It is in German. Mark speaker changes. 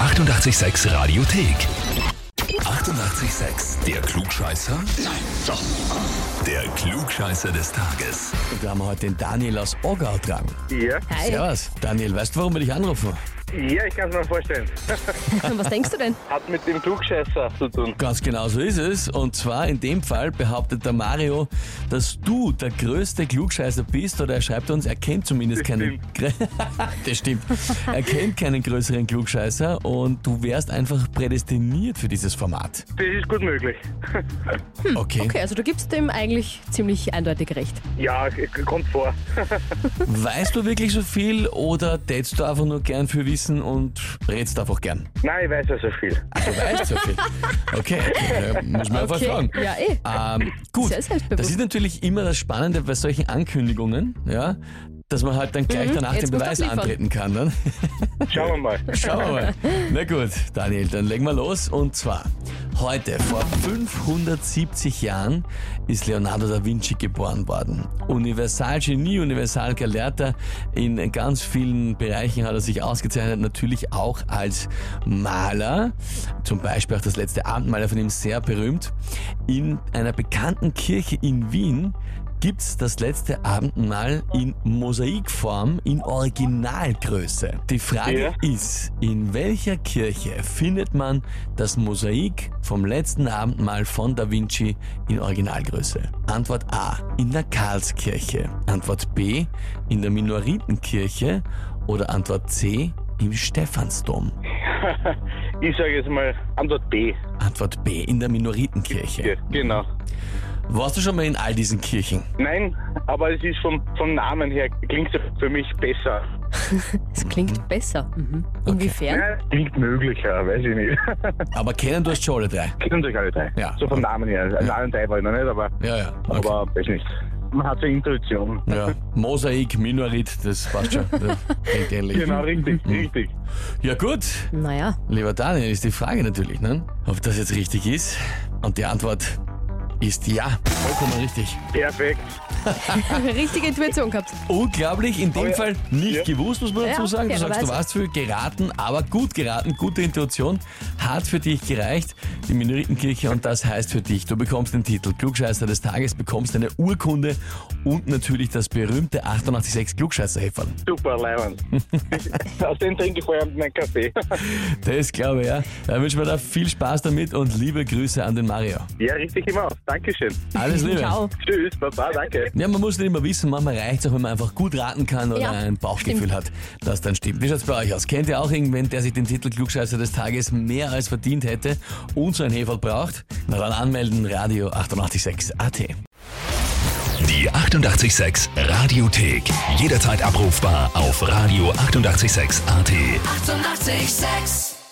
Speaker 1: 886 Radiothek. 88,6. Der Klugscheißer? Nein, doch. Der Klugscheißer des Tages.
Speaker 2: Und Da haben wir heute den Daniel aus Ogau dran.
Speaker 3: Ja,
Speaker 4: Hi.
Speaker 2: Servus. Daniel, weißt du, warum wir dich anrufen?
Speaker 3: ja ich kann es mir vorstellen.
Speaker 4: Was denkst du denn?
Speaker 3: Hat mit dem Klugscheißer zu tun.
Speaker 2: Ganz genau so ist es. Und zwar in dem Fall behauptet der Mario, dass du der größte Klugscheißer bist. Oder er schreibt uns, er kennt zumindest
Speaker 3: Das
Speaker 2: keinen... das stimmt. Er kennt keinen größeren Klugscheißer. Und du wärst einfach prädestiniert für dieses Format.
Speaker 3: Das ist gut möglich.
Speaker 2: Okay.
Speaker 4: Okay, also du gibst dem eigentlich ziemlich eindeutig recht.
Speaker 3: Ja, kommt vor.
Speaker 2: Weißt du wirklich so viel oder tätst du einfach nur gern für Wissen und redst einfach gern?
Speaker 3: Nein, ich weiß ja so viel.
Speaker 2: Du weißt so viel. Okay, okay ja, muss man einfach
Speaker 4: Okay,
Speaker 2: fragen.
Speaker 4: ja, eh.
Speaker 2: Ähm, gut,
Speaker 4: Sehr selbstbewusst.
Speaker 2: das ist natürlich immer das Spannende bei solchen Ankündigungen, ja, dass man halt dann gleich danach
Speaker 4: Mhm. jetzt
Speaker 2: den
Speaker 4: musst
Speaker 2: Beweis
Speaker 4: du abliefern.
Speaker 2: antreten kann. Ne?
Speaker 3: Schauen wir mal.
Speaker 2: Schauen wir mal. Na gut, Daniel, dann legen wir los. Und zwar, heute, vor 570 Jahren, ist Leonardo da Vinci geboren worden. Universalgenie, Universalgelehrter. In ganz vielen Bereichen hat er sich ausgezeichnet, natürlich auch als Maler. Zum Beispiel auch das letzte Abendmahl von ihm sehr berühmt. In einer bekannten Kirche in Wien gibt's das letzte Abendmahl in Mosaikform in Originalgröße. Die Frage
Speaker 3: Ja.
Speaker 2: ist, in welcher Kirche findet man das Mosaik vom letzten Abendmahl von Da Vinci in Originalgröße? Antwort A, in der Karlskirche. Antwort B, in der Minoritenkirche. Oder Antwort C, im Stephansdom.
Speaker 3: Ich sage jetzt mal Antwort B.
Speaker 2: Antwort B, in der
Speaker 3: Ja,
Speaker 2: Minoritenkirche.
Speaker 3: genau.
Speaker 2: Warst du schon mal in all diesen Kirchen?
Speaker 3: Nein, aber es ist vom, vom Namen her, klingt es für mich besser.
Speaker 4: Es klingt besser. Mhm. Inwiefern?
Speaker 3: Ja, klingt möglicher, weiß ich nicht.
Speaker 2: Aber kennen du hast schon alle drei.
Speaker 3: Kennen sich alle drei.
Speaker 2: Ja.
Speaker 3: So vom Namen her. Also Alle drei war ich noch nicht, aber,
Speaker 2: Ja, ja. okay.
Speaker 3: aber weiß nicht. Man hat so eine Intuition.
Speaker 2: Ja, Mosaik, Minorit, das passt schon. Das klingt ähnlich.
Speaker 3: Genau, richtig, richtig.
Speaker 2: Ja gut,
Speaker 4: Naja,
Speaker 2: lieber Daniel, ist die Frage natürlich, ne? ob das jetzt richtig ist. Und die Antwort ist ja, vollkommen richtig.
Speaker 3: Perfekt.
Speaker 4: richtige Intuition gehabt.
Speaker 2: Unglaublich, in dem
Speaker 3: Oh ja.
Speaker 2: Fall nicht
Speaker 3: Ja.
Speaker 2: gewusst, muss man
Speaker 4: Ja,
Speaker 2: dazu sagen. Du sagst, du
Speaker 4: fairerweise.
Speaker 2: warst für geraten, aber gut geraten, gute Intuition, hat für dich gereicht, die Minoritenkirche und das heißt für dich, du bekommst den Titel Klugscheißer des Tages, bekommst eine Urkunde und natürlich das berühmte 886 Klugscheißerhefern.
Speaker 3: Super, Leiband. Aus den trinke ich vorher meinen Kaffee.
Speaker 2: Das glaube ich, ja. Dann wünschen wir da viel Spaß damit und liebe Grüße an den Mario.
Speaker 3: Ja, richtig immer aus. Dankeschön.
Speaker 2: Alles Liebe.
Speaker 4: Ciao.
Speaker 3: Tschüss, Baba, danke.
Speaker 2: Ja, man muss nicht immer wissen, manchmal reicht auch, wenn man einfach gut raten kann oder
Speaker 4: Ja,
Speaker 2: ein Bauchgefühl hat, das dann stimmt. Wie schaut's bei euch aus? Kennt ihr auch irgendwen, der sich den Titel Klugscheißer des Tages mehr als verdient hätte und so ein Heferl braucht? Na dann anmelden, Radio 886 AT.
Speaker 1: Die 88,6 Radiothek. Jederzeit abrufbar auf radio886.at. 88,6.
Speaker 5: Eighty-eight, sex.